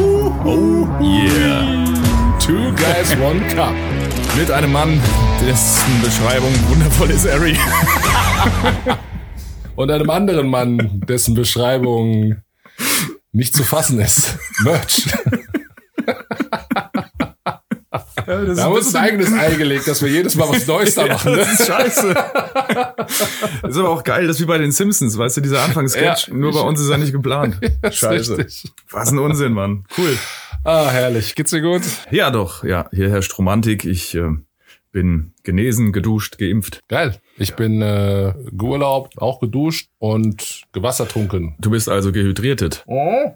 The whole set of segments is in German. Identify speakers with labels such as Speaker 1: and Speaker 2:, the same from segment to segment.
Speaker 1: Oh yeah. Two Guys, One Cup. Mit einem Mann, dessen Beschreibung wundervoll ist, Harry. Und einem anderen Mann, dessen Beschreibung nicht zu fassen ist. Merch.
Speaker 2: Ja, das
Speaker 1: Da haben wir uns ein eigenes Ei gelegt, dass wir jedes Mal was Neues da machen. Ne?
Speaker 2: Das ist scheiße. das ist aber auch geil, das ist wie bei den Simpsons, weißt du, dieser Anfangssketch,
Speaker 1: Ja.
Speaker 2: nur bei uns ist er nicht geplant. scheiße.
Speaker 1: richtig.
Speaker 2: Was ein Unsinn, Mann. Cool.
Speaker 1: Ah, herrlich. Geht's dir gut?
Speaker 2: Ja, doch, ja, hier herrscht Romantik. Ich äh, bin genesen, geduscht, geimpft.
Speaker 1: Geil. Ich bin äh, geurlaubt, auch geduscht und gewassertrunken.
Speaker 2: Du bist also gehydriertet.
Speaker 1: Oh.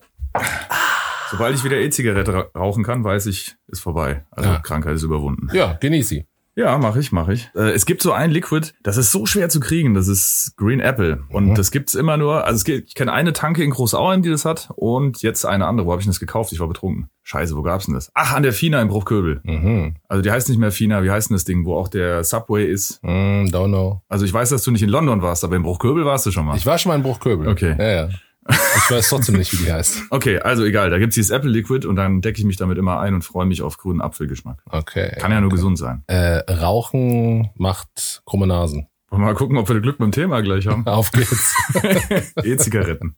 Speaker 2: Sobald ich wieder E-Zigarette ra rauchen kann, weiß ich, ist vorbei. Also
Speaker 1: Ja.
Speaker 2: Krankheit ist überwunden.
Speaker 1: Ja, genieß sie.
Speaker 2: Ja, mache ich, mache ich. Äh, es gibt so ein Liquid, das ist so schwer zu kriegen, das ist Green Apple. Und
Speaker 1: Mhm.
Speaker 2: das gibt's immer nur, also es gibt, ich kenne eine Tanke in Großauern, die das hat und jetzt eine andere. Wo habe ich denn das gekauft? Ich war betrunken. Scheiße, wo gab's denn das? Ach, an der Fina in Bruchköbel.
Speaker 1: Mhm.
Speaker 2: Also die heißt nicht mehr Fina, wie heißt denn das Ding, wo auch der Subway ist?
Speaker 1: Mm, don't know.
Speaker 2: Also ich weiß, dass du nicht in London warst, aber in Bruchköbel warst du schon mal.
Speaker 1: Ich war schon mal in Bruchköbel.
Speaker 2: Okay.
Speaker 1: Ja, ja. Ich weiß trotzdem nicht, wie die heißt.
Speaker 2: Okay, also egal, da gibt's dieses Apple Liquid und dann decke ich mich damit immer ein und freue mich auf grünen Apfelgeschmack.
Speaker 1: Okay.
Speaker 2: Kann ja nur gesund sein.
Speaker 1: Äh, Rauchen macht krumme Nasen.
Speaker 2: Wollen wir Mal gucken, ob wir Glück mit dem Thema gleich haben.
Speaker 1: Auf geht's.
Speaker 2: E-Zigaretten.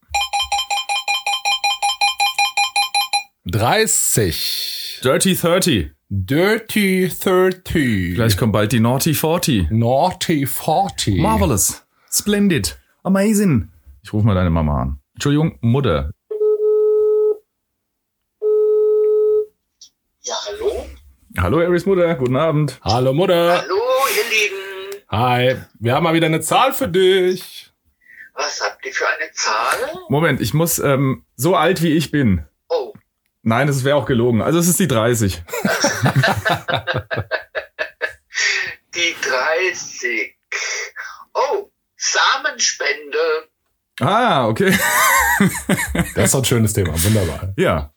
Speaker 1: 30.
Speaker 2: Dirty 30.
Speaker 1: Dirty 30.
Speaker 2: Gleich kommt bald die Naughty 40.
Speaker 1: Naughty 40.
Speaker 2: Marvelous. Splendid. Amazing. Ich rufe mal deine Mama an. Entschuldigung, Mutter.
Speaker 3: Ja, hallo?
Speaker 2: Hallo, Aries Mutter. Guten Abend.
Speaker 1: Hallo Mutter.
Speaker 3: Hallo, ihr Lieben.
Speaker 1: Hi. Wir haben mal wieder eine Zahl für dich.
Speaker 3: Was habt ihr für eine Zahl?
Speaker 2: Moment, ich muss, ähm, so alt wie ich bin.
Speaker 3: Oh,
Speaker 2: Nein, das wäre auch gelogen. Also es ist die 30.
Speaker 3: die 30. Oh, Samenspende.
Speaker 2: Ah, okay.
Speaker 1: Das ist doch ein schönes Thema. Wunderbar.
Speaker 2: Ja.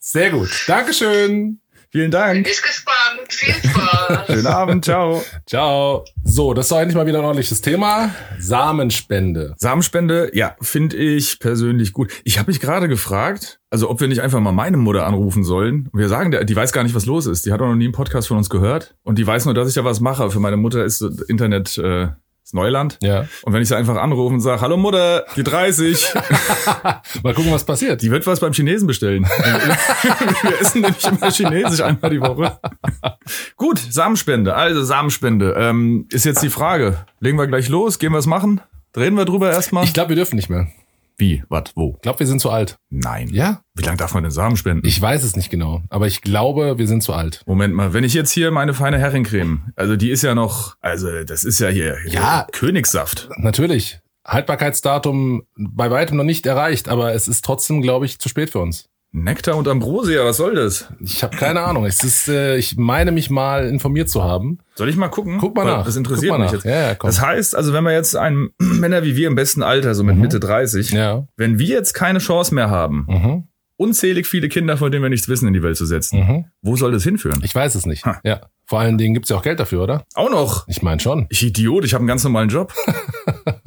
Speaker 1: Sehr gut. Dankeschön.
Speaker 2: Vielen
Speaker 3: Bin
Speaker 2: Dank.
Speaker 3: ich gespannt. Viel Spaß.
Speaker 2: Schönen Abend. Ciao.
Speaker 1: Ciao. So, das war endlich mal wieder ein ordentliches Thema. Samenspende.
Speaker 2: Samenspende, ja, finde ich persönlich gut. Ich habe mich gerade gefragt, also ob wir nicht einfach mal meine Mutter anrufen sollen. Wir sagen, der- die weiß gar nicht, was los ist. Die hat auch noch nie einen Podcast von uns gehört. Und die weiß nur, dass ich da was mache. Für meine Mutter ist das Internet äh, ist Neuland.
Speaker 1: Ja.
Speaker 2: Und wenn ich sie einfach anrufe und sage, hallo Mutter, die 30,
Speaker 1: Mal gucken, was passiert.
Speaker 2: die wird was beim Chinesen bestellen. wir essen nämlich immer Chinesisch einmal die Woche. Gut, Samenspende. Also Samenspende. Ähm, ist jetzt die Frage. Legen wir gleich los, gehen wir es machen? Reden wir drüber erstmal?
Speaker 1: Ich glaube, wir dürfen nicht mehr.
Speaker 2: Wie? Was? Wo?
Speaker 1: Ich glaube, wir sind zu alt.
Speaker 2: Nein.
Speaker 1: Ja?
Speaker 2: Wie lange darf man denn Samen spenden?
Speaker 1: Ich weiß es nicht genau, aber ich glaube, wir sind zu alt.
Speaker 2: Moment mal, wenn ich jetzt hier meine feine Herringcreme, also die ist ja noch, also das ist ja hier
Speaker 1: Ja.
Speaker 2: Königssaft.
Speaker 1: Natürlich. Haltbarkeitsdatum bei weitem noch nicht erreicht, aber es ist trotzdem, glaube ich, zu spät für uns.
Speaker 2: Nektar und Ambrosia, was soll das?
Speaker 1: Ich habe keine Ahnung. Es ist, äh, ich meine mich mal informiert zu haben.
Speaker 2: Soll ich mal gucken?
Speaker 1: Guck mal
Speaker 2: Weil
Speaker 1: nach.
Speaker 2: Das interessiert
Speaker 1: Guck mal
Speaker 2: mich jetzt.
Speaker 1: nach. Ja, ja, komm.
Speaker 2: Das heißt, also wenn wir jetzt einen Männer wie wir im besten Alter, so mit
Speaker 1: Mhm.
Speaker 2: Mitte 30,
Speaker 1: ja.
Speaker 2: wenn wir jetzt keine Chance mehr haben,
Speaker 1: Mhm.
Speaker 2: unzählig viele Kinder, von denen wir nichts wissen, in die Welt zu setzen,
Speaker 1: Mhm.
Speaker 2: wo soll das hinführen?
Speaker 1: Ich weiß es nicht.
Speaker 2: Ha.
Speaker 1: Ja. Vor allen Dingen gibt's ja auch Geld dafür, oder?
Speaker 2: Auch noch.
Speaker 1: Ich meine schon.
Speaker 2: Ich Idiot, ich habe einen ganz normalen Job.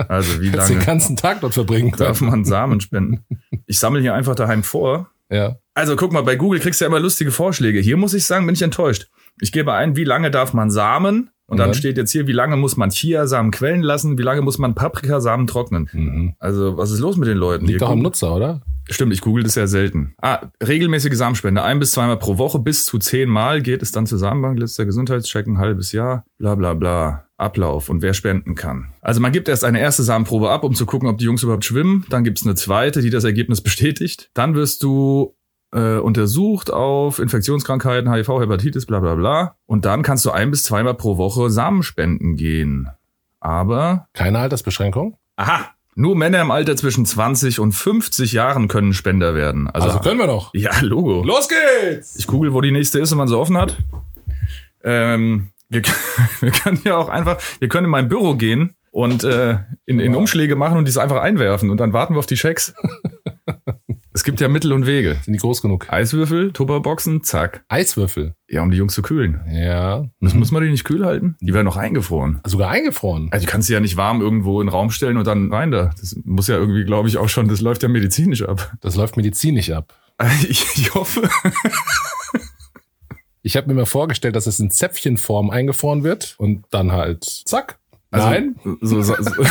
Speaker 2: Also wie
Speaker 1: Hättest den
Speaker 2: lange
Speaker 1: ganzen Tag dort verbringen
Speaker 2: darf
Speaker 1: können.
Speaker 2: man Samen spenden? Ich sammle hier einfach daheim vor.
Speaker 1: Ja.
Speaker 2: Also guck mal, bei Google kriegst du ja immer lustige Vorschläge. Hier muss ich sagen, bin ich enttäuscht. Ich gebe ein, wie lange darf man Samen? Und dann
Speaker 1: Mhm.
Speaker 2: steht jetzt hier, wie lange muss man Chiasamen quellen lassen? Wie lange muss man Paprikasamen trocknen?
Speaker 1: Mhm.
Speaker 2: Also was ist los mit den Leuten? Hier
Speaker 1: Liegt doch am
Speaker 2: gu-
Speaker 1: Nutzer, oder?
Speaker 2: Stimmt, ich google das ja selten. Ah, regelmäßige Samenspende. Ein bis zweimal pro Woche, bis zu zehnmal geht es dann zur Samenbank. Letzter Gesundheitscheck, ein halbes Jahr. Bla bla bla. Ablauf und wer spenden kann. Also man gibt erst eine erste Samenprobe ab, um zu gucken, ob die Jungs überhaupt schwimmen. Dann gibt's eine zweite, die das Ergebnis bestätigt. Dann wirst du äh, untersucht auf Infektionskrankheiten, HIV, Hepatitis, bla bla bla. Und dann kannst du ein bis zweimal pro Woche Samenspenden gehen. Aber
Speaker 1: Keine Altersbeschränkung.
Speaker 2: Aha. Nur Männer im Alter zwischen 20 und 50 Jahren können Spender werden. Also,
Speaker 1: Also, können wir doch.
Speaker 2: ja, Logo.
Speaker 1: Los geht's!
Speaker 2: Ich google, wo die nächste ist und wann sie offen hat. Ähm, wir, k- wir können ja auch einfach, wir können in mein Büro gehen und äh, in, in Umschläge machen und dies einfach einwerfen und dann warten wir auf die Schecks. es gibt ja Mittel und Wege.
Speaker 1: Sind die groß genug?
Speaker 2: Eiswürfel, Tupperboxen, zack.
Speaker 1: Eiswürfel.
Speaker 2: Ja, um die Jungs zu kühlen.
Speaker 1: Ja.
Speaker 2: Das muss man die nicht kühl halten. Die werden noch eingefroren.
Speaker 1: Sogar eingefroren.
Speaker 2: Also du kannst sie ja nicht warm irgendwo in den Raum stellen und dann rein da. Das muss ja irgendwie, glaube ich, auch schon, das läuft ja medizinisch ab.
Speaker 1: Das läuft medizinisch ab.
Speaker 2: Ich, ich hoffe.
Speaker 1: Ich habe mir mal vorgestellt, dass es in Zäpfchenform eingefroren wird und dann halt zack.
Speaker 2: Also,
Speaker 1: Nein,
Speaker 2: So, so, so.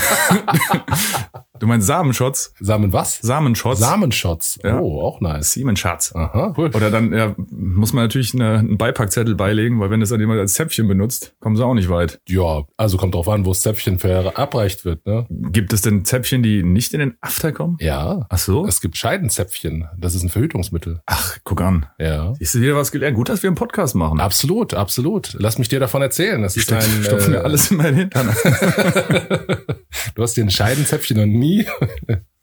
Speaker 2: du meinst Samenshots?
Speaker 1: Samen was?
Speaker 2: Samenshots?
Speaker 1: Samenshots.
Speaker 2: Ja.
Speaker 1: Oh, auch nice.
Speaker 2: Siemensschatz.
Speaker 1: Aha, cool.
Speaker 2: Oder dann ja, muss man natürlich eine, einen Beipackzettel beilegen, weil wenn das dann jemand als Zäpfchen benutzt, kommen sie auch nicht weit.
Speaker 1: Ja, also kommt drauf an, wo das Zäpfchen verabreicht wird, ne?
Speaker 2: Gibt es denn Zäpfchen, die nicht in den After kommen?
Speaker 1: Ja.
Speaker 2: Ach so?
Speaker 1: Es gibt Scheidenzäpfchen. Das ist ein Verhütungsmittel.
Speaker 2: Ach, guck an.
Speaker 1: Ja.
Speaker 2: Siehst du wieder was gelernt? Gut, dass wir einen Podcast machen.
Speaker 1: Absolut, absolut. Lass mich dir davon erzählen. Das ist
Speaker 2: Ste-
Speaker 1: ein,
Speaker 2: stopfen
Speaker 1: äh,
Speaker 2: wir alles in meinen Hintern.
Speaker 1: Du hast dir ein Scheidenzäpfchen noch nie.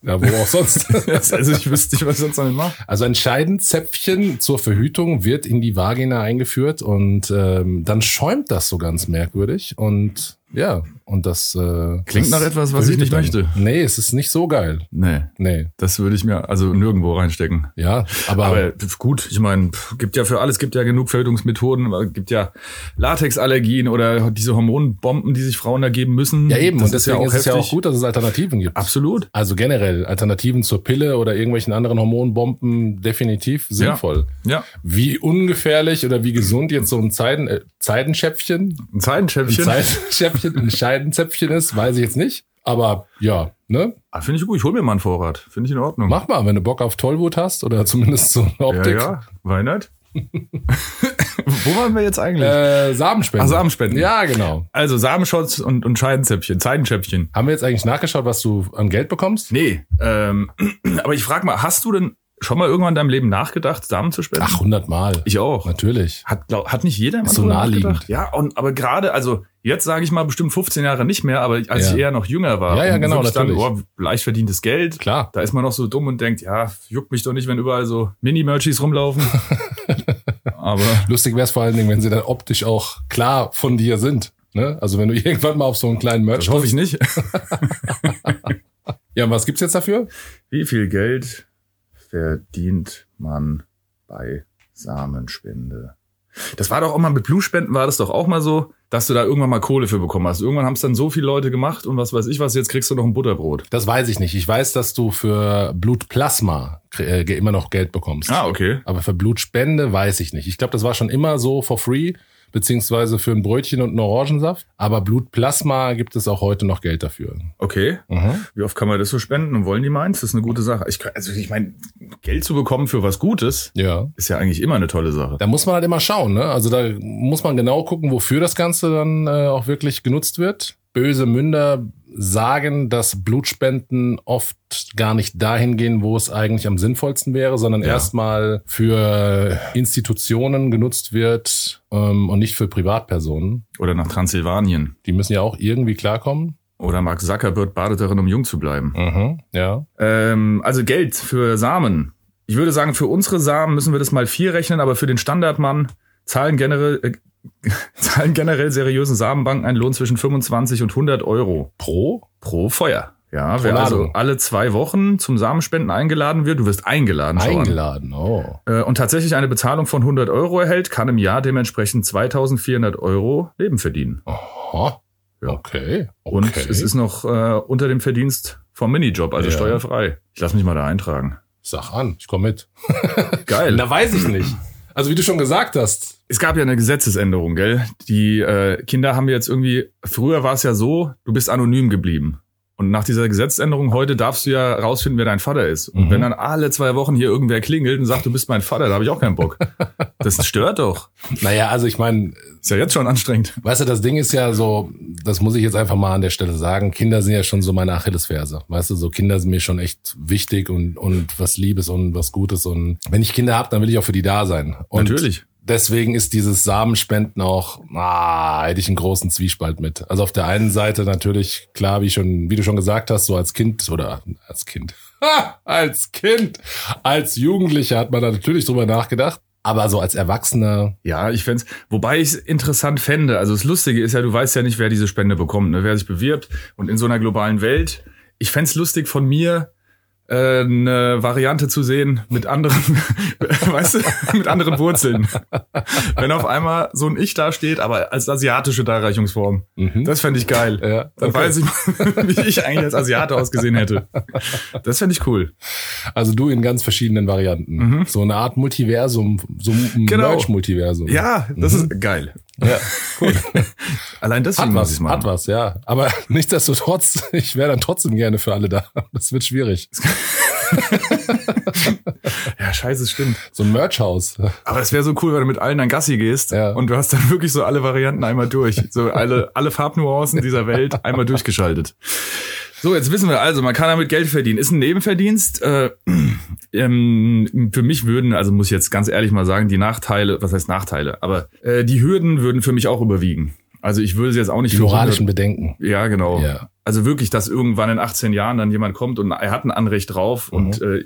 Speaker 1: Ja, wo auch sonst.
Speaker 2: also ich wüsste nicht, was ich sonst damit mache.
Speaker 1: Also ein Scheidenzäpfchen zur Verhütung wird in die Vagina eingeführt und ähm, dann schäumt das so ganz merkwürdig und ja, und das äh,
Speaker 2: Klingt
Speaker 1: das
Speaker 2: nach etwas, was ich
Speaker 1: verhütet
Speaker 2: nicht möchte.
Speaker 1: Nee, es ist nicht so geil.
Speaker 2: Nee,
Speaker 1: Nee,
Speaker 2: das würde ich mir also nirgendwo reinstecken.
Speaker 1: ja, aber,
Speaker 2: Aber pf, gut, ich meine, pf, gibt ja für alles, gibt ja genug Verhütungsmethoden, aber gibt ja Latexallergien oder diese Hormonbomben, die sich Frauen da geben müssen.
Speaker 1: ja eben
Speaker 2: Das
Speaker 1: und deswegen ist, es ja auch gut, dass es Alternativen gibt.
Speaker 2: Absolut.
Speaker 1: Also generell Alternativen zur Pille oder irgendwelchen anderen Hormonbomben definitiv sinnvoll.
Speaker 2: Ja,
Speaker 1: Wie ungefährlich oder wie gesund jetzt so ein Zeiden, äh, Zeidenschäpfchen
Speaker 2: ein Zeitenschäppchen.
Speaker 1: ein Schäppchen, ein Scheidenzäpfchen ist, weiß ich jetzt nicht. Aber ja, ne?
Speaker 2: Ah, Finde ich gut, ich hol mir mal einen Vorrat. Finde ich in Ordnung.
Speaker 1: Mach mal, wenn du Bock auf Tollwut hast oder zumindest so eine
Speaker 2: ja,
Speaker 1: Optik.
Speaker 2: ja, Weihnacht. Wo waren wir jetzt eigentlich?
Speaker 1: Äh, Samenspenden.
Speaker 2: Ach, Ah, Samenspenden.
Speaker 1: Ja, genau.
Speaker 2: Also Samenschutz und, und Scheidenzäpfchen, Zeidenschäppchen.
Speaker 1: Haben wir jetzt eigentlich nachgeschaut, was du an Geld bekommst?
Speaker 2: Nee, ähm, aber ich frage mal, hast du denn schon mal irgendwann in deinem Leben nachgedacht, Samen zu spenden?
Speaker 1: Ach, hundertmal.
Speaker 2: ich auch.
Speaker 1: Natürlich.
Speaker 2: Hat, glaub, hat nicht jeder mal
Speaker 1: Ist so
Speaker 2: drüber
Speaker 1: naheliegend.
Speaker 2: nachgedacht? Ja, und aber gerade, also jetzt sage ich mal bestimmt 15 Jahre nicht mehr, aber als
Speaker 1: Ja.
Speaker 2: ich eher noch jünger war,
Speaker 1: Ja, ja,
Speaker 2: und
Speaker 1: genau,
Speaker 2: wirklich
Speaker 1: natürlich.
Speaker 2: Dann, oh, leicht verdientes Geld.
Speaker 1: Klar.
Speaker 2: Da ist man noch so dumm und denkt, ja, juckt mich doch nicht, wenn überall so Mini-Merchies rumlaufen. aber
Speaker 1: Lustig wäre es vor allen Dingen, wenn sie dann optisch auch klar von dir sind. Ne? Also wenn du irgendwann mal auf so einen kleinen Merch
Speaker 2: das hoffe ich nicht.
Speaker 1: Ja, und was gibt's jetzt dafür?
Speaker 2: Wie viel Geld verdient man bei Samenspende? Das war doch auch mal mit Blutspenden, war das doch auch mal so, dass du da irgendwann mal Kohle für bekommen hast. Irgendwann haben es dann so viele Leute gemacht und was weiß ich was, jetzt kriegst du noch ein Butterbrot.
Speaker 1: Das weiß ich nicht. Ich weiß, dass du für Blutplasma äh, immer noch Geld bekommst.
Speaker 2: Ah, okay.
Speaker 1: Aber für Blutspende weiß ich nicht. Ich glaube, das war schon immer so for free, beziehungsweise für ein Brötchen und einen Orangensaft. Aber Blutplasma gibt es auch heute noch Geld dafür.
Speaker 2: Okay.
Speaker 1: Mhm.
Speaker 2: Wie oft kann man das so spenden und wollen die meins? Das ist eine gute Sache. Ich, kann- also ich meine, Geld zu bekommen für was Gutes
Speaker 1: Ja.
Speaker 2: ist ja eigentlich immer eine tolle Sache.
Speaker 1: Da muss man halt immer schauen, ne? Also da muss man genau gucken, wofür das Ganze dann äh, auch wirklich genutzt wird. Böse Münder sagen, dass Blutspenden oft gar nicht dahin gehen, wo es eigentlich am sinnvollsten wäre, sondern
Speaker 2: Ja.
Speaker 1: erstmal für Institutionen genutzt wird ähm, und nicht für Privatpersonen.
Speaker 2: Oder nach Transsilvanien.
Speaker 1: Die müssen ja auch irgendwie klarkommen.
Speaker 2: Oder Mark Zuckerberg badet darin, um jung zu bleiben.
Speaker 1: Mhm, ja.
Speaker 2: Ähm, also Geld für Samen. Ich würde sagen, für unsere Samen müssen wir das mal vier rechnen, aber für den Standardmann zahlen generell, äh, zahlen generell seriösen Samenbanken einen Lohn zwischen 25 und 100 Euro
Speaker 1: Pro?
Speaker 2: pro Feuer. Ja, wer
Speaker 1: Tornado.
Speaker 2: also alle zwei Wochen zum Samenspenden eingeladen wird, du wirst eingeladen, schau an.
Speaker 1: Eingeladen, oh.
Speaker 2: Äh, und tatsächlich eine Bezahlung von 100 Euro erhält, kann im Jahr dementsprechend 2400 Euro Leben verdienen.
Speaker 1: Aha.
Speaker 2: Ja.
Speaker 1: Okay. okay.
Speaker 2: Und es ist noch äh, unter dem Verdienst vom Minijob, also
Speaker 1: Ja.
Speaker 2: steuerfrei. Ich lass mich mal da eintragen.
Speaker 1: Sag an, ich komme mit.
Speaker 2: Geil.
Speaker 1: Da weiß ich nicht. Also wie du schon gesagt hast.
Speaker 2: Es gab ja eine Gesetzesänderung, gell? Die äh, Kinder haben jetzt irgendwie, früher war es ja so, du bist anonym geblieben. Und nach dieser Gesetzesänderung heute darfst du ja rausfinden, wer dein Vater ist. Und
Speaker 1: Mhm.
Speaker 2: wenn dann alle zwei Wochen hier irgendwer klingelt und sagt, du bist mein Vater, da habe ich auch keinen Bock. Das stört doch.
Speaker 1: Naja, also ich meine,
Speaker 2: Ist ja jetzt schon anstrengend.
Speaker 1: weißt du, das Ding ist ja so, das muss ich jetzt einfach mal an der Stelle sagen, Kinder sind ja schon so meine Achillesferse. Weißt du, so Kinder sind mir schon echt wichtig und, und was Liebes und was Gutes. Und wenn ich Kinder habe, dann will ich auch für die da sein. Und
Speaker 2: Natürlich.
Speaker 1: deswegen ist dieses Samenspenden auch, ah, hätte ich einen großen Zwiespalt mit. Also auf der einen Seite natürlich, klar, wie schon, wie du schon gesagt hast, so als Kind oder als Kind, ha, als Kind, als Jugendlicher hat man da natürlich drüber nachgedacht. Aber so als Erwachsener,
Speaker 2: Ja, ich fänd's, wobei ich's interessant fände. Also das Lustige ist ja, du weißt ja nicht, wer diese Spende bekommt, ne? wer sich bewirbt. Und in so einer globalen Welt, ich fänd's lustig von mir, äh, eine Variante zu sehen mit anderen, weißt du, mit anderen Wurzeln. Wenn auf einmal so ein Ich da steht, aber als asiatische Darreichungsform.
Speaker 1: mhm.
Speaker 2: Das fänd ich geil.
Speaker 1: Ja,
Speaker 2: Dann
Speaker 1: okay.
Speaker 2: weiß ich, wie ich eigentlich als Asiate ausgesehen hätte. Das fänd ich cool.
Speaker 1: Also du in ganz verschiedenen Varianten. So eine Art Multiversum, so ein
Speaker 2: Mhm. Genau.
Speaker 1: Merch-Multiversum. Mhm.
Speaker 2: Ja, das ist geil.
Speaker 1: ja. Cool.
Speaker 2: Allein deswegen
Speaker 1: Hat
Speaker 2: muss ich
Speaker 1: was,
Speaker 2: machen.
Speaker 1: hat was, ja. Aber nichtsdestotrotz, ich wäre dann trotzdem gerne für alle da. Das wird schwierig.
Speaker 2: Ja, scheiße, stimmt.
Speaker 1: So ein Merch-Haus.
Speaker 2: Aber es wäre so cool, wenn du mit allen dann Gassi gehst
Speaker 1: Ja.
Speaker 2: und du hast dann wirklich so alle Varianten einmal durch. So alle, alle Farbnuancen dieser Welt einmal durchgeschaltet. So, jetzt wissen wir also, man kann damit Geld verdienen. Ist ein Nebenverdienst. Äh, ähm, für mich würden, also muss ich jetzt ganz ehrlich mal sagen, die Nachteile, was heißt Nachteile, aber äh, die Hürden würden für mich auch überwiegen. Also ich würde es jetzt auch nicht
Speaker 1: Die
Speaker 2: für
Speaker 1: moralischen Bedenken.
Speaker 2: ja, genau.
Speaker 1: Ja.
Speaker 2: Also wirklich, dass irgendwann in 18 Jahren dann jemand kommt und er hat ein Anrecht
Speaker 1: Mhm.
Speaker 2: drauf und äh,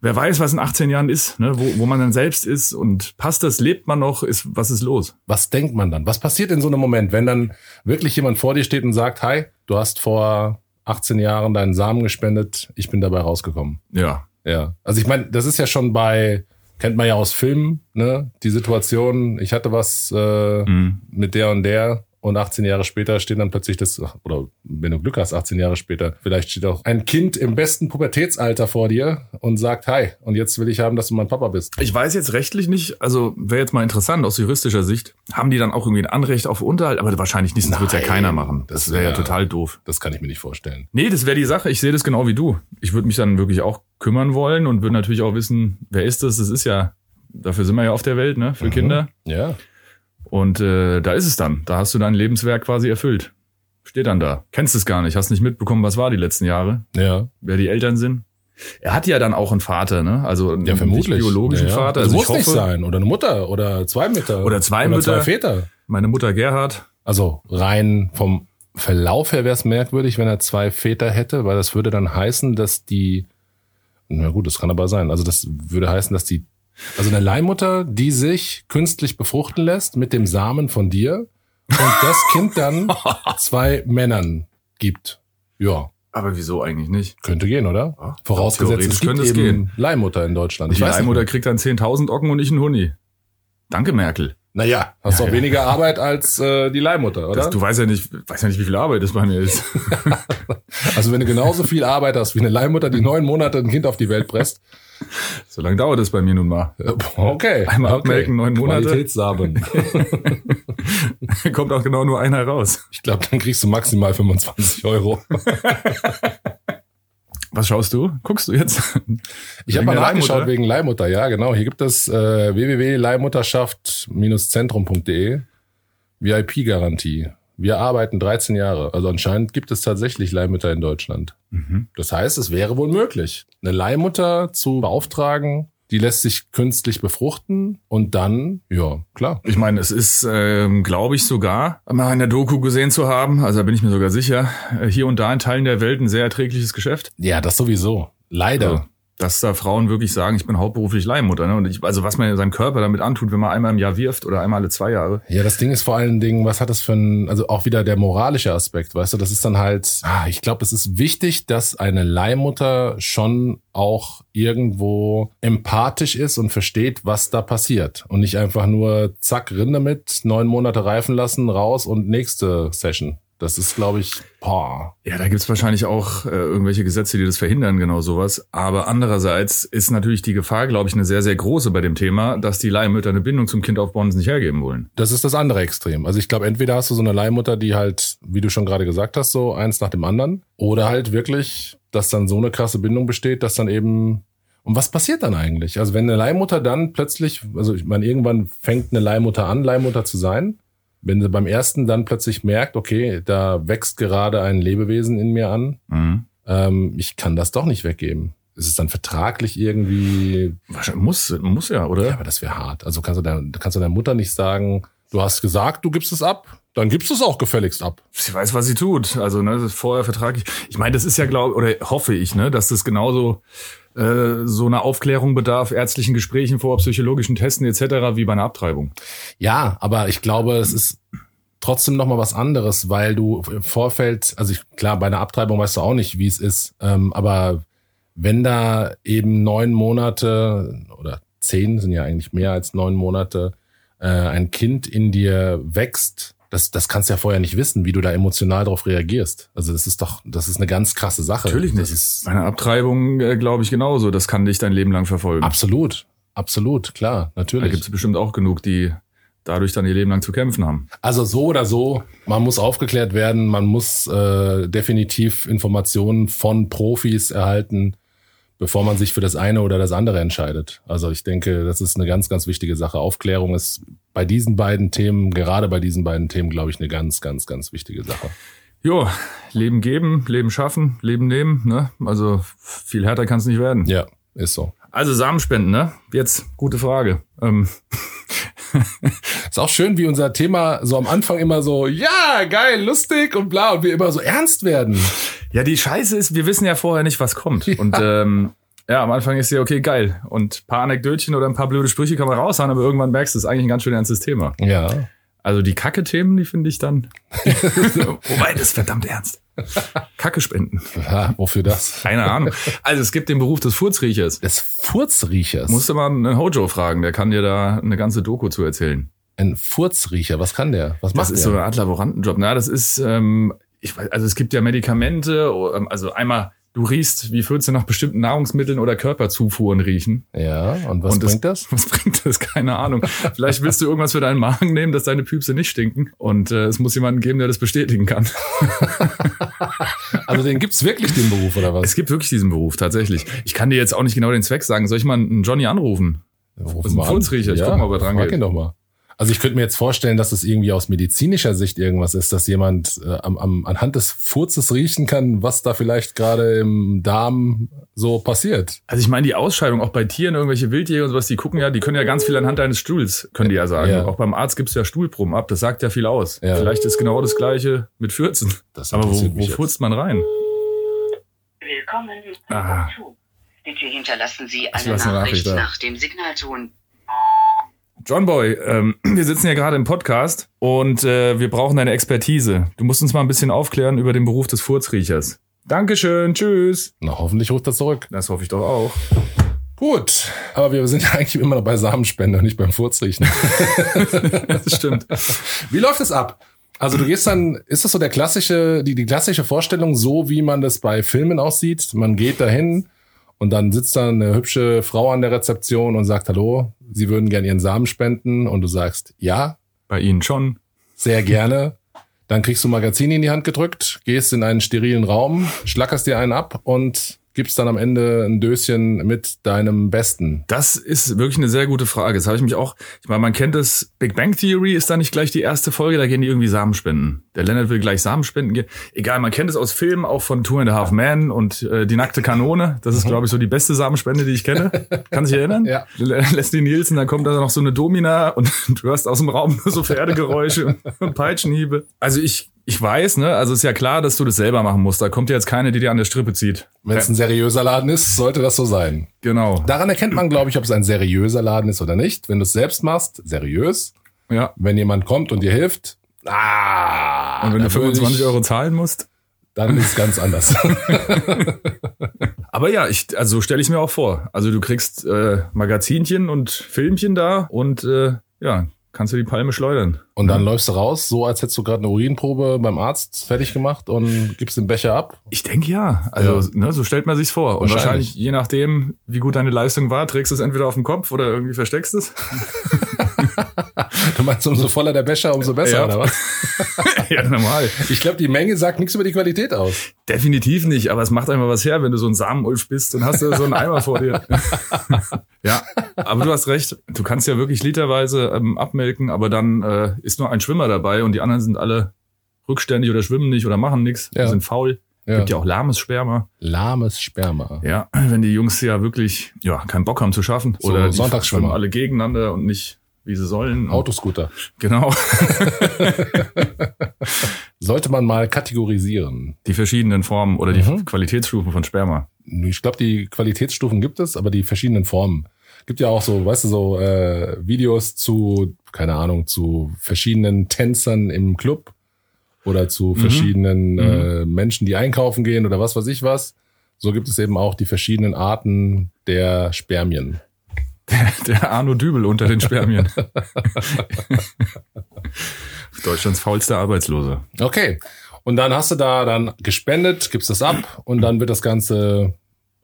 Speaker 2: wer weiß, was in 18 Jahren ist, ne? wo, wo man dann selbst ist und passt das, lebt man noch, ist, was ist los?
Speaker 1: Was denkt man dann? Was passiert in so einem Moment, wenn dann wirklich jemand vor dir steht und sagt, hi, du hast vor 18 Jahren deinen Samen gespendet, ich bin dabei rausgekommen.
Speaker 2: Ja.
Speaker 1: Ja. Also ich meine, das ist ja schon bei, kennt man ja aus Filmen, ne? Die Situation, ich hatte was äh,
Speaker 2: Mhm.
Speaker 1: mit der und der und 18 Jahre später steht dann plötzlich das, oder wenn du Glück hast, 18 Jahre später, vielleicht steht auch ein Kind im besten Pubertätsalter vor dir und sagt, hi, und jetzt will ich haben, dass du mein Papa bist.
Speaker 2: Ich weiß jetzt rechtlich nicht, also wäre jetzt mal interessant aus juristischer Sicht, haben die dann auch irgendwie ein Anrecht auf Unterhalt, aber wahrscheinlich nicht, sonst wird's ja
Speaker 1: Nein,
Speaker 2: keiner machen.
Speaker 1: das
Speaker 2: Das wäre ja
Speaker 1: wär-
Speaker 2: total doof.
Speaker 1: Das kann ich mir nicht vorstellen.
Speaker 2: Nee, das wäre die Sache. Ich sehe das genau wie du. Ich würde mich dann wirklich auch kümmern wollen und würde natürlich auch wissen, wer ist das? Das ist ja, dafür sind wir ja auf der Welt, ne? Für
Speaker 1: Mhm.
Speaker 2: Kinder.
Speaker 1: Ja.
Speaker 2: Und äh, da ist es dann. Da hast du dein Lebenswerk quasi erfüllt. Steht dann da. Kennst es gar nicht, hast nicht mitbekommen, was war die letzten Jahre,
Speaker 1: Ja.
Speaker 2: wer die Eltern sind. Er hat ja dann auch einen Vater, ne? Also einen
Speaker 1: Ja, vermutlich.
Speaker 2: nicht biologischen
Speaker 1: ja, ja.
Speaker 2: Vater.
Speaker 1: Das
Speaker 2: Also ich
Speaker 1: muss nicht
Speaker 2: hoffe,
Speaker 1: sein. Oder eine Mutter oder zwei Mütter.
Speaker 2: Oder zwei
Speaker 1: oder
Speaker 2: Mütter.
Speaker 1: zwei Väter.
Speaker 2: meine Mutter Gerhard.
Speaker 1: Also rein vom Verlauf her wäre es merkwürdig, wenn er zwei Väter hätte, weil das würde dann heißen, dass die. Na gut, das kann aber sein. Also das würde heißen, dass die. Also eine Leihmutter, die sich künstlich befruchten lässt mit dem Samen von dir und das Kind dann zwei Männern gibt. Ja,
Speaker 2: Aber wieso eigentlich nicht?
Speaker 1: könnte gehen, oder?
Speaker 2: Ja,
Speaker 1: Vorausgesetzt, es
Speaker 2: theoretisch
Speaker 1: gibt
Speaker 2: könnte es
Speaker 1: eben
Speaker 2: gehen.
Speaker 1: Leihmutter in Deutschland.
Speaker 2: Die Leihmutter
Speaker 1: nicht.
Speaker 2: kriegt dann 10.000 Ocken und ich einen Huni. Danke, Merkel.
Speaker 1: Naja, hast
Speaker 2: Ja,
Speaker 1: auch
Speaker 2: ja.
Speaker 1: weniger Arbeit als äh, die Leihmutter, oder?
Speaker 2: Das, Also du weißt ja nicht, weißt ja nicht, wie viel Arbeit das bei mir ist.
Speaker 1: Also wenn du genauso viel Arbeit hast wie eine Leihmutter, die neun Monate ein Kind auf die Welt presst, äh,
Speaker 2: so lange dauert es bei mir nun mal.
Speaker 1: Okay.
Speaker 2: Einmal abmelken, neun Monate.
Speaker 1: Qualitätssamen.
Speaker 2: Kommt auch genau nur einer raus.
Speaker 1: Ich glaube, dann kriegst du maximal 25 Euro.
Speaker 2: Was schaust du? Guckst du jetzt?
Speaker 1: Ich
Speaker 2: Wegen
Speaker 1: habe mal
Speaker 2: der
Speaker 1: nachgeschaut
Speaker 2: Leihmutter?
Speaker 1: wegen Leihmutter. Ja, genau. Hier gibt es äh, www.leihmutterschaft-zentrum.de VIP-Garantie. Wir arbeiten 13 Jahre. Also anscheinend gibt es tatsächlich Leihmütter in Deutschland.
Speaker 2: Mhm.
Speaker 1: Das heißt, es wäre wohl möglich, eine Leihmutter zu beauftragen. Die lässt sich künstlich befruchten und dann, ja, klar.
Speaker 2: Ich meine, es ist, ähm, glaube ich, sogar mal in der Doku gesehen zu haben, also da bin ich mir sogar sicher, äh, hier und da in Teilen der Welt ein sehr erträgliches Geschäft.
Speaker 1: Ja, das sowieso. Leider.
Speaker 2: Also, dass da Frauen wirklich sagen, ich bin hauptberuflich Leihmutter. Ne? Und ich, also was man seinem Körper damit antut, wenn man einmal im Jahr wirft oder einmal alle zwei Jahre.
Speaker 1: Ja, das Ding ist vor allen Dingen, was hat das für ein, also auch wieder der moralische Aspekt, weißt du, das ist dann halt, ah, ich glaube, es ist wichtig, dass eine Leihmutter schon auch irgendwo empathisch ist und versteht, was da passiert und nicht einfach nur zack, Rinde mit, neun Monate reifen lassen, raus und nächste Session. Das ist, glaube ich, boah.
Speaker 2: Ja, da gibt's wahrscheinlich auch äh, irgendwelche Gesetze, die das verhindern, genau sowas. Aber andererseits ist natürlich die Gefahr, glaube ich, eine sehr, sehr große bei dem Thema, dass die Leihmütter eine Bindung zum Kind aufbauen und es nicht hergeben wollen.
Speaker 1: Das ist das andere Extrem. Also ich glaube, entweder hast du so eine Leihmutter, die halt, wie du schon gerade gesagt hast, so eins nach dem anderen, oder halt wirklich, dass dann so eine krasse Bindung besteht, dass dann eben. Und was passiert dann eigentlich? Also wenn eine Leihmutter dann plötzlich, also ich meine, irgendwann fängt eine Leihmutter an, Leihmutter zu sein. Wenn sie beim ersten dann plötzlich merkt, okay, da wächst gerade ein Lebewesen in mir an,
Speaker 2: Mhm.
Speaker 1: ähm, ich kann das doch nicht weggeben. Ist es dann vertraglich irgendwie
Speaker 2: Wahrscheinlich muss, muss ja, oder?
Speaker 1: ja, aber das wäre hart. Also kannst du, deiner, kannst du deiner Mutter nicht sagen, du hast gesagt, du gibst es ab, dann gibst du es auch gefälligst ab.
Speaker 2: sie weiß, was sie tut. Also ne, das ist vorher vertraglich. Ich meine, das ist ja glaube oder hoffe ich, ne, dass das genauso äh, so einer Aufklärung bedarf, ärztlichen Gesprächen vor, psychologischen Testen etc. wie bei einer Abtreibung.
Speaker 1: Ja, aber ich glaube, es ist trotzdem nochmal was anderes, weil du im Vorfeld, also ich, klar, bei einer Abtreibung weißt du auch nicht, wie es ist, ähm, aber wenn da eben neun Monate oder zehn sind ja eigentlich mehr als neun Monate äh, ein Kind in dir wächst, das, das kannst du ja vorher nicht wissen, wie du da emotional drauf reagierst. Also das ist doch, das ist eine ganz krasse Sache.
Speaker 2: Natürlich
Speaker 1: Das
Speaker 2: nicht.
Speaker 1: ist,
Speaker 2: Bei einer Abtreibung äh, glaube ich genauso. Das kann dich dein Leben lang verfolgen.
Speaker 1: absolut, absolut, klar,
Speaker 2: da
Speaker 1: natürlich.
Speaker 2: gibt es bestimmt auch genug, die dadurch dann ihr Leben lang zu kämpfen haben.
Speaker 1: Also so oder so, man muss aufgeklärt werden, man muss äh, definitiv Informationen von Profis erhalten, bevor man sich für das eine oder das andere entscheidet. Also ich denke, das ist eine ganz, ganz wichtige Sache. Aufklärung ist bei diesen beiden Themen, gerade bei diesen beiden Themen, glaube ich, eine ganz, ganz, ganz wichtige Sache.
Speaker 2: Jo, Leben geben, Leben schaffen, Leben nehmen. Ne? Also viel härter kann es nicht werden.
Speaker 1: Ja, ist so.
Speaker 2: Also Samenspenden, ne? Jetzt gute Frage. Ähm,
Speaker 1: Ist auch schön, wie unser Thema so am Anfang immer so, ja, geil, lustig und bla, und wir immer so ernst werden.
Speaker 2: ja, die Scheiße ist, wir wissen ja vorher nicht, was kommt. Und ähm, ja, am Anfang ist ja okay, geil. Und ein paar Anekdötchen oder ein paar blöde Sprüche kann man raushauen, aber irgendwann merkst du, es ist eigentlich ein ganz schön ernstes Thema.
Speaker 1: Ja.
Speaker 2: Also die Kacke-Themen, die finde ich dann. Wobei, das ist verdammt ernst. Kacke spenden.
Speaker 1: ja wofür das?
Speaker 2: Keine Ahnung. Also es gibt den Beruf des Furzriechers.
Speaker 1: Des Furzriechers.
Speaker 2: Musste man einen Hojo fragen, der kann dir da eine ganze Doku zu erzählen.
Speaker 1: Ein Furzriecher, was kann der? Was
Speaker 2: Das
Speaker 1: macht
Speaker 2: ist so
Speaker 1: der?
Speaker 2: eine Art Laborantenjob. Na, das ist, ähm, ich weiß, also es gibt ja Medikamente, ähm, also einmal, du riechst, wie Fürze nach bestimmten Nahrungsmitteln oder Körperzufuhren riechen.
Speaker 1: ja, und was
Speaker 2: Und
Speaker 1: bringt das?
Speaker 2: Was bringt das? Keine Ahnung. Vielleicht willst du irgendwas für deinen Magen nehmen, dass deine Püpse nicht stinken. Und äh, es muss jemanden geben, der das bestätigen kann.
Speaker 1: Also den gibt's wirklich, den Beruf, oder was?
Speaker 2: Es gibt wirklich diesen Beruf, tatsächlich. Ich kann dir jetzt auch nicht genau den Zweck sagen. Soll ich mal einen Johnny anrufen?
Speaker 1: Ruf
Speaker 2: ist ein Furzriecher? Ich guck mal, ob er dran
Speaker 1: frag
Speaker 2: geht.
Speaker 1: ihn doch mal. Also ich könnte mir jetzt vorstellen, dass es irgendwie aus medizinischer Sicht irgendwas ist, dass jemand äh, am, am, anhand des Furzes riechen kann, was da vielleicht gerade im Darm so passiert.
Speaker 2: Also ich meine, die Ausscheidung, auch bei Tieren, irgendwelche Wildjäger und sowas, die gucken ja, die können ja ganz viel anhand eines Stuhls, können die ja sagen.
Speaker 1: Ja.
Speaker 2: Auch beim Arzt gibt's ja Stuhlproben ab, das sagt ja viel aus.
Speaker 1: Ja.
Speaker 2: Vielleicht ist genau das gleiche mit Fürzen.
Speaker 1: Das
Speaker 2: Aber
Speaker 1: interessiert
Speaker 2: wo,
Speaker 1: mich
Speaker 2: wo
Speaker 1: jetzt.
Speaker 2: furzt man rein?
Speaker 4: Willkommen
Speaker 2: Ah.
Speaker 4: zu. Bitte hinterlassen Sie eine
Speaker 2: lasse eine
Speaker 4: Nachricht
Speaker 2: Nachricht da.
Speaker 4: nach dem Signalton.
Speaker 2: John Boy, ähm, wir sitzen ja gerade im Podcast und äh, wir brauchen deine Expertise. Du musst uns mal ein bisschen aufklären über den Beruf des Furzriechers. Dankeschön, tschüss.
Speaker 1: Na, hoffentlich ruft er zurück.
Speaker 2: Das hoffe ich doch auch.
Speaker 1: Gut, aber wir sind ja eigentlich immer noch bei Samenspender, nicht beim Furzriechen.
Speaker 2: Das stimmt.
Speaker 1: Wie läuft es ab? Also du gehst dann, ist das so der klassische, die, die klassische Vorstellung, so wie man das bei Filmen aussieht? Man geht dahin und dann sitzt da eine hübsche Frau an der Rezeption und sagt, hallo, sie würden gern ihren Samen spenden und du sagst, ja,
Speaker 2: Bei Ihnen schon.
Speaker 1: sehr gerne. Dann kriegst du Magazine in die Hand gedrückt, gehst in einen sterilen Raum, schlackerst dir einen ab und gibst dann am Ende ein Döschen mit deinem Besten.
Speaker 2: Das ist wirklich eine sehr gute Frage. Das habe ich mich auch, ich meine, man kennt es, Big Bang Theory ist da nicht gleich die erste Folge, da gehen die irgendwie Samen spenden. Der Leonard will gleich Samen spenden gehen. Egal, man kennt es aus Filmen, auch von Two and a Half Men und äh, Die nackte Kanone. Das ist, glaube ich, so die beste Samenspende, die ich kenne. Kannst du dich erinnern?
Speaker 1: Mhm. Ja.
Speaker 2: Le- Leslie Nielsen, dann kommt da noch so eine Domina und du hörst aus dem Raum nur so Pferdegeräusche und- und Peitschenhiebe. Also ich, ich weiß, ne, also ist ja klar, dass du das selber machen musst. Da kommt ja jetzt keine, die dir an der Strippe zieht.
Speaker 1: Wenn es ein seriöser Laden ist, sollte das so sein.
Speaker 2: Genau.
Speaker 1: Daran erkennt man, glaube ich, ob es ein seriöser Laden ist oder nicht. Wenn du es selbst machst, seriös.
Speaker 2: Ja.
Speaker 1: Wenn jemand kommt und dir hilft, ah,
Speaker 2: Und wenn du
Speaker 1: dann würde ich-
Speaker 2: 25 Euro zahlen musst.
Speaker 1: dann ist es ganz anders.
Speaker 2: Aber ja, ich, also so stelle ich mir auch vor. Also du kriegst äh, Magazinchen und Filmchen da und äh, ja, kannst du die Palme schleudern.
Speaker 1: Und dann läufst du raus, so als hättest du gerade eine Urinprobe beim Arzt fertig gemacht und gibst den Becher ab.
Speaker 2: Ich denke ja. Also Ne, so stellt man sich's vor. Und
Speaker 1: Wahrscheinlich.
Speaker 2: wahrscheinlich, je nachdem, wie gut deine Leistung war, trägst du es entweder auf dem Kopf oder irgendwie versteckst es.
Speaker 1: Du meinst, umso voller der Becher, umso besser,
Speaker 2: Ja.
Speaker 1: oder was?
Speaker 2: ja, normal.
Speaker 1: Ich glaube, die Menge sagt nichts über die Qualität aus.
Speaker 2: Definitiv nicht, aber es macht einfach was her, wenn du so ein Samenulf bist und hast da so einen Eimer vor dir. ja, aber du hast recht. Du kannst ja wirklich literweise ähm, abmelken, aber dann äh, ist nur ein Schwimmer dabei und die anderen sind alle rückständig oder schwimmen nicht oder machen nichts,
Speaker 1: Ja.
Speaker 2: sind faul.
Speaker 1: Ja.
Speaker 2: Gibt ja auch lahmes Sperma.
Speaker 1: Lahmes Sperma.
Speaker 2: Ja, wenn die Jungs ja wirklich ja keinen Bock haben zu schaffen
Speaker 1: So
Speaker 2: oder die
Speaker 1: Sonntagsschwimmer.
Speaker 2: schwimmen alle gegeneinander und nicht wie sie sollen.
Speaker 1: Autoscooter.
Speaker 2: Genau.
Speaker 1: Sollte man mal kategorisieren.
Speaker 2: Die verschiedenen Formen oder die
Speaker 1: Mhm.
Speaker 2: Qualitätsstufen von Sperma.
Speaker 1: Ich glaube, die Qualitätsstufen gibt es, aber die verschiedenen Formen. Gibt ja auch so, weißt du, so äh, Videos zu, keine Ahnung, zu verschiedenen Tänzern im Club oder zu verschiedenen Äh, Menschen, die einkaufen gehen oder was weiß ich was. So gibt es eben auch die verschiedenen Arten der Spermien.
Speaker 2: Der Arno Dübel unter den Spermien. Deutschlands faulster Arbeitslose.
Speaker 1: Okay. Und dann hast du da dann gespendet, gibst das ab und dann wird das Ganze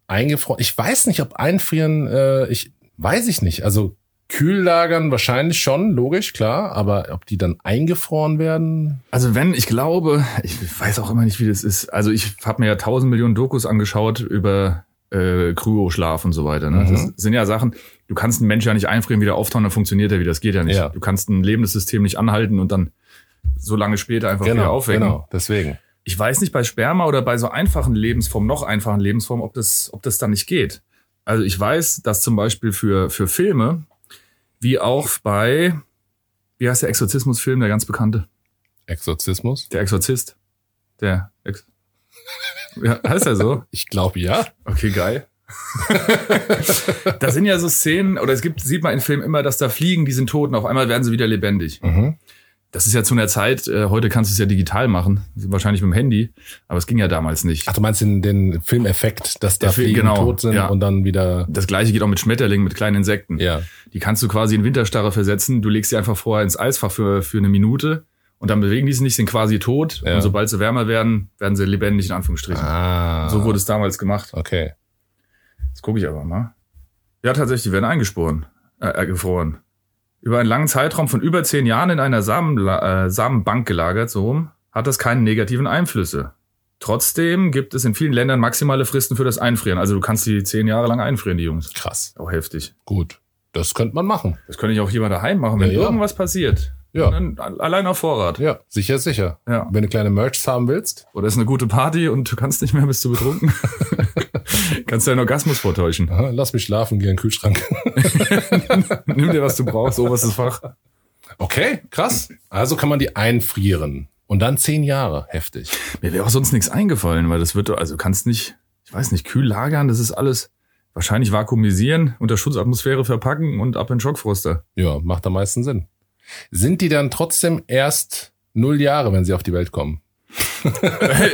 Speaker 1: eingefroren. Ich weiß nicht, ob einfrieren, äh, ich weiß ich nicht. Also Kühllagern wahrscheinlich schon, logisch, klar, aber ob die dann eingefroren werden?
Speaker 2: Also wenn, ich glaube, ich weiß auch immer nicht, wie das ist. Also ich habe mir ja tausend Millionen Dokus angeschaut über äh, Kryoschlaf und so weiter. Ne?
Speaker 1: Mhm.
Speaker 2: Das sind ja Sachen, du kannst einen Menschen ja nicht einfrieren, wieder auftauen, dann funktioniert er wieder. Das geht ja nicht.
Speaker 1: Ja.
Speaker 2: Du kannst ein lebendes System nicht anhalten und dann so lange später einfach wieder aufwecken.
Speaker 1: genau, deswegen.
Speaker 2: Ich weiß nicht bei Sperma oder bei so einfachen Lebensformen, noch einfachen Lebensformen, ob das, ob das dann nicht geht. Also ich weiß, dass zum Beispiel für, für Filme, wie auch bei, wie heißt der Exorzismusfilm, der ganz bekannte?
Speaker 1: Exorzismus?
Speaker 2: Der Exorzist. Der Ex ja, heißt er so?
Speaker 1: Ich glaube ja.
Speaker 2: Okay, geil. da sind ja so Szenen, oder es gibt, sieht man in Filmen immer, dass da Fliegen, die sind tot und auf einmal werden sie wieder lebendig.
Speaker 1: Mhm.
Speaker 2: Das ist ja zu einer Zeit, äh, heute kannst du es ja digital machen, wahrscheinlich mit dem Handy, aber es ging ja damals nicht.
Speaker 1: Ach, du meinst den, den Filmeffekt, dass da
Speaker 2: Der Film,
Speaker 1: Fliegen
Speaker 2: genau,
Speaker 1: tot sind
Speaker 2: ja.
Speaker 1: und dann wieder.
Speaker 2: Das gleiche geht auch mit Schmetterlingen, mit kleinen Insekten.
Speaker 1: Ja.
Speaker 2: Die kannst du quasi in Winterstarre versetzen. Du legst sie einfach vorher ins Eisfach für, für eine Minute und dann bewegen die sich nicht, sind quasi tot.
Speaker 1: Ja.
Speaker 2: Und sobald sie wärmer werden, werden sie lebendig, in Anführungsstrichen.
Speaker 1: Ah.
Speaker 2: So wurde es damals gemacht.
Speaker 1: Okay.
Speaker 2: Jetzt gucke ich aber mal. Ja, tatsächlich, die werden eingesporen, äh, äh, gefroren. Über einen langen Zeitraum von über zehn Jahren in einer Samenla äh, Samenbank gelagert, so rum, hat das keine negativen Einflüsse. Trotzdem gibt es in vielen Ländern maximale Fristen für das Einfrieren. Also du kannst die zehn Jahre lang einfrieren, die Jungs.
Speaker 1: Krass.
Speaker 2: Auch heftig.
Speaker 1: Gut. Das könnte man machen.
Speaker 2: Das könnte ich auch hier mal daheim machen, wenn
Speaker 1: Ja, ja.
Speaker 2: irgendwas passiert.
Speaker 1: Ja.
Speaker 2: Dann a- allein auf Vorrat.
Speaker 1: Ja, sicher, sicher.
Speaker 2: Ja.
Speaker 1: Wenn du kleine Merchs haben willst.
Speaker 2: Oder ist eine gute Party und du kannst nicht mehr, bist du betrunken. kannst deinen Orgasmus vortäuschen.
Speaker 1: Aha, lass mich schlafen, geh in den Kühlschrank.
Speaker 2: Nimm dir, was du brauchst, oberstes Fach.
Speaker 1: Okay, krass. Also kann man die einfrieren. Und dann zehn Jahre. Heftig.
Speaker 2: Mir wäre auch sonst nichts eingefallen, weil das wird, doch- also kannst nicht, ich weiß nicht, kühl lagern, das ist alles wahrscheinlich vakuumisieren, unter Schutzatmosphäre verpacken und ab in den Schockfroster.
Speaker 1: Ja, macht am meisten Sinn. Sind die dann trotzdem erst null Jahre, wenn sie auf die Welt kommen?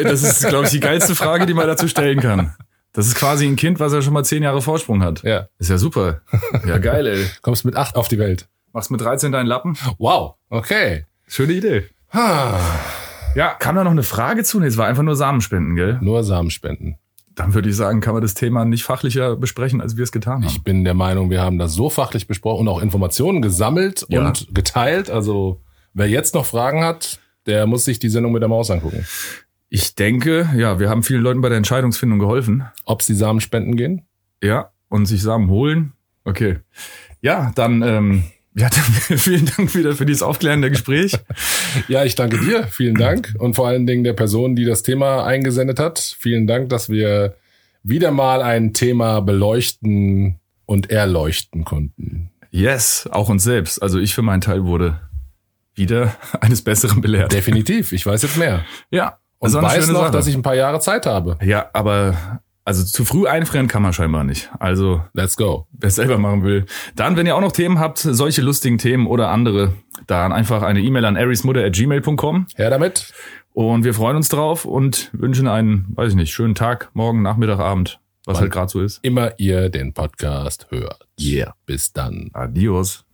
Speaker 2: Das ist, glaube ich, die geilste Frage, die man dazu stellen kann. Das ist quasi ein Kind, was ja schon mal zehn Jahre Vorsprung hat.
Speaker 1: Ja.
Speaker 2: Ist ja super. Ja, geil, ey.
Speaker 1: Kommst mit acht auf die Welt.
Speaker 2: Machst mit 13 deinen Lappen.
Speaker 1: Wow. Okay.
Speaker 2: Schöne Idee.
Speaker 1: Ha.
Speaker 2: Ja, kam da noch eine Frage zu? Nee, es war einfach nur Samenspenden, gell?
Speaker 1: Nur Samen spenden.
Speaker 2: Dann würde ich sagen, kann man das Thema nicht fachlicher besprechen, als wir es getan haben.
Speaker 1: Ich bin der Meinung, wir haben das so fachlich besprochen und auch Informationen gesammelt
Speaker 2: Ja.
Speaker 1: und geteilt. Also wer jetzt noch Fragen hat, der muss sich die Sendung mit der Maus angucken.
Speaker 2: Ich denke, ja, wir haben vielen Leuten bei der Entscheidungsfindung geholfen.
Speaker 1: Ob sie Samen spenden gehen?
Speaker 2: Ja, und sich Samen holen. Okay. Ja, dann, ähm, ja, dann vielen Dank wieder für dieses aufklärende Gespräch.
Speaker 1: Ja, ich danke dir. Vielen Dank. Und vor allen Dingen der Person, die das Thema eingesendet hat. Vielen Dank, dass wir wieder mal ein Thema beleuchten und erleuchten konnten.
Speaker 2: Yes, auch uns selbst. Also ich für meinen Teil wurde wieder eines Besseren belehrt.
Speaker 1: Definitiv. Ich weiß jetzt mehr.
Speaker 2: Ja.
Speaker 1: Und
Speaker 2: das war eine
Speaker 1: weiß
Speaker 2: schöne
Speaker 1: noch,
Speaker 2: Sache.
Speaker 1: dass ich ein paar Jahre Zeit habe.
Speaker 2: Ja, aber also zu früh einfrieren kann man scheinbar nicht. Also
Speaker 1: Let's go.
Speaker 2: wer es selber machen will. Dann, wenn ihr auch noch Themen habt, solche lustigen Themen oder andere, dann einfach eine E-Mail an arismutter.gmail.com
Speaker 1: Her damit.
Speaker 2: und wir freuen uns drauf und wünschen einen, weiß ich nicht, schönen Tag, morgen, Nachmittag, Abend, was
Speaker 1: Wann-
Speaker 2: halt gerade so ist.
Speaker 1: Immer ihr den Podcast hört. Yeah. Bis dann.
Speaker 2: Adios.